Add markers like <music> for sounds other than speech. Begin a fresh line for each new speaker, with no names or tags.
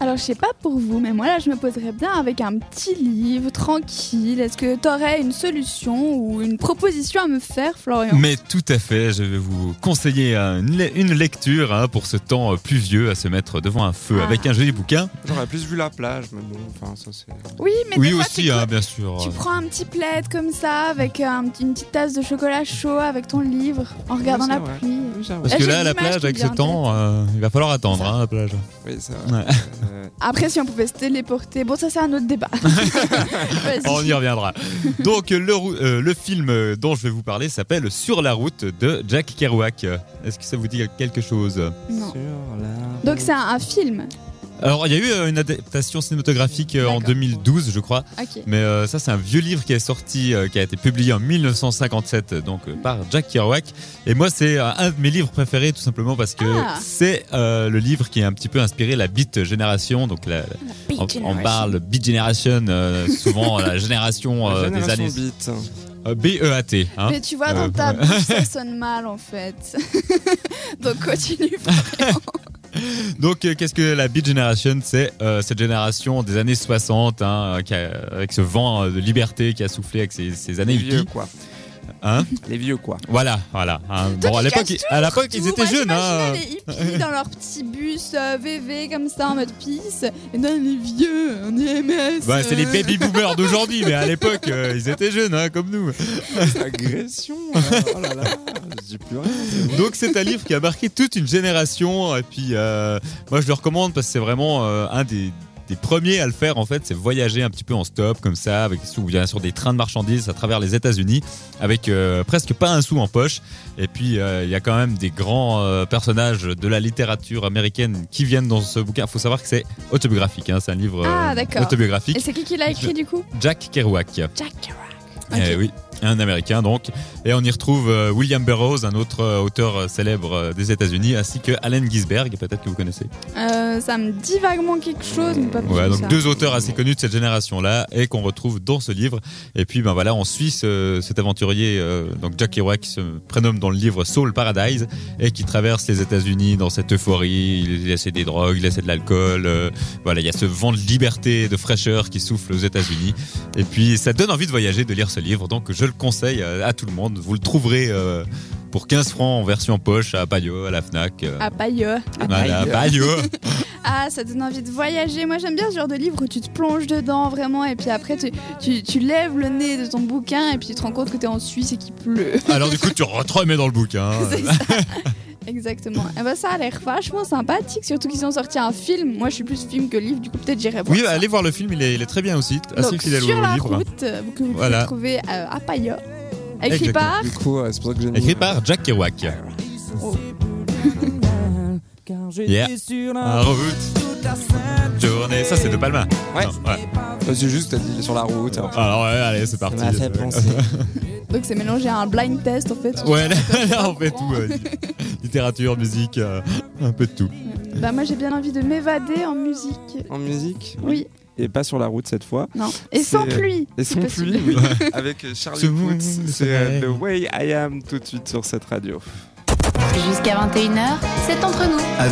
Alors, je sais pas pour vous, mais moi là, je me poserais bien avec un petit livre, tranquille. Est-ce que t'aurais une solution ou une proposition à me faire, Florian
Mais tout à fait, je vais vous conseiller euh, une le- une lecture hein, pour ce temps euh, pluvieux à se mettre devant un feu
Ah.
avec un joli bouquin.
J'aurais plus vu la plage, mais bon, enfin, ça c'est.
Oui, mais des
oui
fois,
aussi,
tu,
hein, bien sûr.
tu prends un petit plaid comme ça, avec euh, un petit- une petite tasse de chocolat chaud, avec ton livre, en regardant
c'est
la
vrai.
pluie.
Oui, c'est vrai.
Parce
Là,
que
j'ai
là, à la
l'image
plage,
qui
avec ce
vient en
temps, euh, il va falloir attendre,
C'est ça.
hein, à la plage.
Oui, c'est
Ouais.
vrai. Euh,
Après, si on pouvait se téléporter. Bon, ça, c'est un autre
<laughs>
débat. Vas-y.
On
<laughs>
y reviendra. Donc, le, rou- euh, le film euh, dont je vais vous parler s'appelle Sur la route de Jack Kerouac. Est-ce que ça vous dit quelque chose
Non.
Sur la
Donc, c'est un, un film.
Alors, il y a eu euh, une adaptation cinématographique euh, en
D'accord.
2012, je crois.
Ok.
Mais euh, ça, c'est un vieux livre qui est sorti, euh, qui a été publié en 1957, donc euh, par Jack Kerouac. Et moi, c'est euh, un de mes livres préférés, tout simplement parce que
Ah.
c'est euh, le livre qui a un petit peu inspiré la Beat Génération. Donc, la- on, on parle Beat Génération, souvent la génération, euh, des
génération
années
beat.
euh, B-E-A-T. hein.
Mais tu vois, dans
Euh,
ta bouche,
<laughs>
ça sonne mal en fait. <laughs> Donc continue.
Donc, euh, qu'est-ce que la Beat Generation C'est euh, cette génération des années 60, hein, euh, qui a- avec ce vent euh, de liberté qui a soufflé avec ces, ces années
Les vieux
hippies.
quoi.
Hein
Les vieux quoi. <laughs>
voilà, voilà. hein.
Toi
Bon, à
qui
l'époque,
casses
à l'époque, ils
Tout,
étaient
moi,
jeunes.
j'imaginais
hein.
les hippies dans leur petit bus euh, VV comme ça en mode pisse. Et non, les vieux, on est MS.
Bah, c'est les
euh.
baby boomers d'aujourd'hui, mais à l'époque, euh, ils étaient jeunes, hein, comme nous.
Agression. euh, Oh là là. Je dis plus rien. c'est bon.
Donc, c'est un livre qui a marqué toute une génération. Et puis, euh, moi, je le recommande parce que c'est vraiment euh, un des, des premiers à le faire, en fait. C'est voyager un petit peu en stop, comme ça, avec ou bien sûr des trains de marchandises à travers les États-Unis, avec euh, presque pas un sou en poche. Et puis, euh, il y a quand même des grands euh, personnages de la littérature américaine qui viennent dans ce bouquin. Il faut savoir que c'est autobiographique, hein, c'est un livre
Ah,
euh,
d'accord.
autobiographique.
Et c'est qui qui l'a écrit du coup
Jack Kerouac.
Jack Kerouac.
Eh oui, un Américain donc. Et on y retrouve euh, William Burroughs, un autre euh, auteur euh, célèbre euh, des États-Unis, ainsi que Allen Ginsberg, peut-être que vous connaissez.
Euh, ça me dit vaguement quelque chose, mais pas plus
Ouais,
que
donc
ça.
deux auteurs assez connus de cette génération-là et qu'on retrouve dans ce livre. Et puis ben voilà, on suit ce- cet aventurier, euh, donc Jack Kerouac, qui se prénomme dans le livre Soul Paradise, et qui traverse les États-Unis dans cette euphorie. Il essaie des drogues, il essaie de l'alcool. euh, voilà, il y a ce vent de liberté, de fraîcheur qui souffle aux États-Unis. Et puis ça donne envie de voyager, de lire ce livre. Donc je le conseille euh, à tout le monde. Vous le trouverez. euh, pour 15 francs en version poche à Payot, à la FNAC. euh,
Ah, pas yo.
voilà,
<laughs>
à Bayeux.
Ah, ça donne envie de voyager. Moi, j'aime bien ce genre de livre où tu te plonges dedans vraiment, et puis après, tu, tu, tu lèves le nez de ton bouquin, et puis tu te rends compte que t'es en Suisse et qu'il pleut.
Alors du coup, tu te remets dans le bouquin.
C'est
<laughs>
ça. Exactement. Et bah, ça a l'air vachement sympathique, surtout qu'ils ont sorti un film. Moi, je suis plus film que livre, du coup, peut-être j'irai voir.
Oui,
ça.
allez voir le film, il est, il est très bien aussi, assez
Donc,
fidèle au
sur la
livre.
route, euh, que vous
Voilà.
pouvez trouver euh, à Paya. Écrit
Exactement.
par.
Du coup, euh, c'est pour ça que j'ai mis.
Écrit par Jack Kerouac.
Oh.
euh,
Car j'étais
Yeah.
sur
En
la
route,
route la sainte
journée. Ça, c'est de Palma.
Ouais.
Non, ouais.
Euh, C'est juste, t'as dit sur la route. alors.
Alors, ouais, allez, c'est Ah, parti.
Ça m'a fait penser.
<laughs>
Donc, c'est mélangé à un blind test, en fait.
Ouais, <laughs> là, là, on fait tout. euh, littérature, musique, euh, un peu de tout.
Bah, moi, j'ai bien envie de m'évader en musique.
En musique
Oui,
Et pas sur la route cette fois.
non. Et
C'est- euh,
sans pluie.
Et
si
son
possible.
pluie, oui. Avec euh,
Ce
Charlie
monde
Puth. C'est euh,
s'arrête.
The Way I Am tout de suite sur cette radio.
Jusqu'à 21h, c'est entre nous.